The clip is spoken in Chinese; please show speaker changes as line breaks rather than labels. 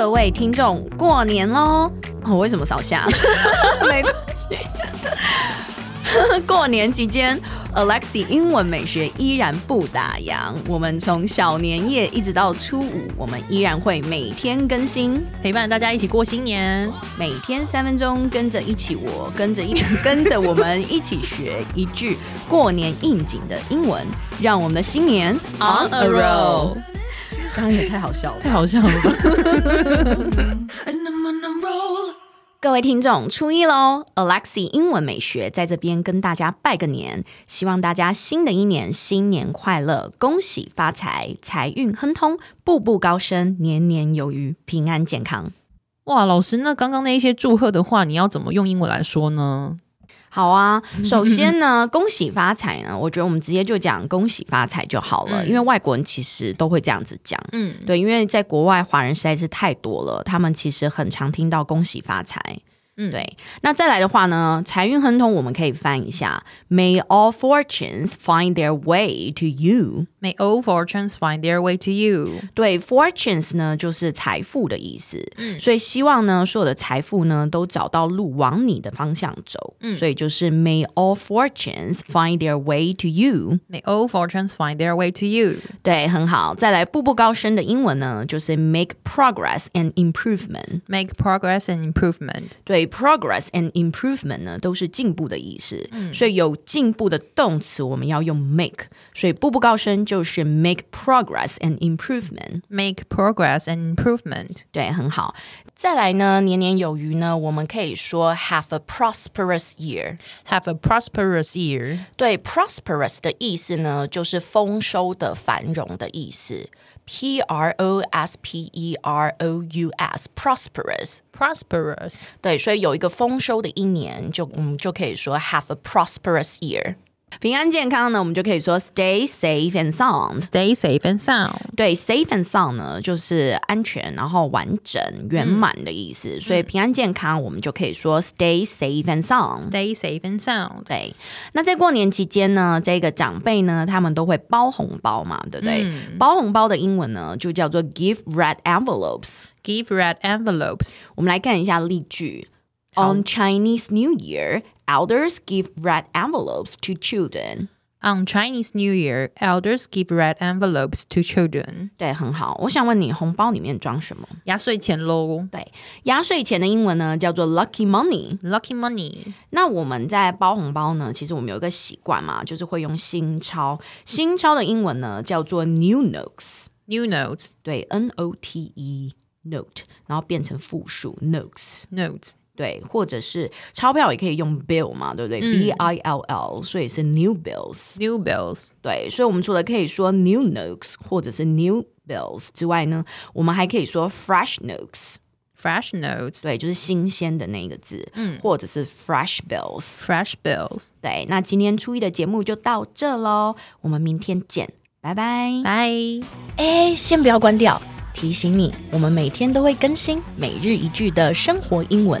哦
位听众过年喽！哦，为什么少 下？没关系。 过年期间，Alexi 英文美学依然不打烊。我们从小年夜一直到初五，我们依然会每天更新，
陪伴大家一起过新年。
每天三分钟，跟着一起我，跟着一起跟着我们一起学一句过年应景的英文，让我们的新年
On a roll，
刚刚也太好笑了
太。好笑了吧？
And I'm on a roll.
各位听众，初一喽！Alexi 英文美学在这边跟大家拜个年，希望大家新的一年新年快乐，恭喜发财，财运亨通，步步高升，年年有余，平安健康。
哇，老师，那刚刚那一些祝贺的话，你要怎么用英文来说呢？
好啊，首先呢，恭喜发财呢，我觉得我们直接就讲恭喜发财就好了，
嗯
因为外国人其实都会这样子讲。
嗯，
对，因为在国外华人实在是太多了，他们其实很常听到恭喜发财。
嗯
对。那再来的话呢，财运亨通，我们可以翻一下：May all fortunes find their way to you。
May all fortunes find their way to you。
对，fortunes 呢就是财富的意思，所以希望呢所有的财富呢都找到路往你的方向走，所以就是 May all fortunes find their way to you。
May all fortunes find their way to you。
对，很好。再来，步步高升的英文呢就是 make progress and improvement。
Make progress and improvement。
对 progress and improvement 呢，都是进步的意思。所以有进步的动词，我们要用 make。所以步步高升就是 make progress and improvement。
Make progress and improvement。
对，很好。再来呢，年年有余呢，我们可以说 have a prosperous year。
Have a prosperous year。
对，prosperous 的意思呢，就是丰收的、繁荣的意思。P R O S P E R O U S prosperous。
Prosperous。
对，所以有一个丰收的一年，就我们就可以说 have a prosperous year。平安健康呢，我们就可以说 stay safe and sound。
Stay safe and sound。
对，safe and sound 呢，就是安全，然后完整、圆满的意思。所以平安健康，我们就可以说 stay safe and sound。
Stay safe and sound。
对，那在过年期间呢，这个长辈呢，他们都会包红包嘛，对不对？包红包的英文呢，就叫做 give red envelopes。
Give red envelopes。
我们来看一下例句。On Chinese New Year, elders give red envelopes to children。
On Chinese New Year, elders give red envelopes to children。
对，很好。我想问你，红包里面装什么？
压岁钱喽
对，压岁钱的英文呢叫做 lucky money。
，Lucky money。
那我们在包红包呢，其实我们有一个习惯嘛，就是会用新钞。新钞的英文呢叫做 new notes。
New notes,
对，n o t e note，然后变成复数 notes。
notes,
对，或者是钞票也可以用 bill 嘛，对不对、b i l l，所以是 new bills。
new bills,
对，所以我们除了可以说 new notes 或者是 new bills 之外呢，我们还可以说 fresh notes，
fresh notes,
对，就是新鲜的那一个字，嗯，或者是 fresh bills。
fresh bills.
对，那今天初一的节目就到这喽，我们明天见，拜拜。
Bye.
哎，先不要关掉，提醒你，我们每天都会更新每日一句的生活英文，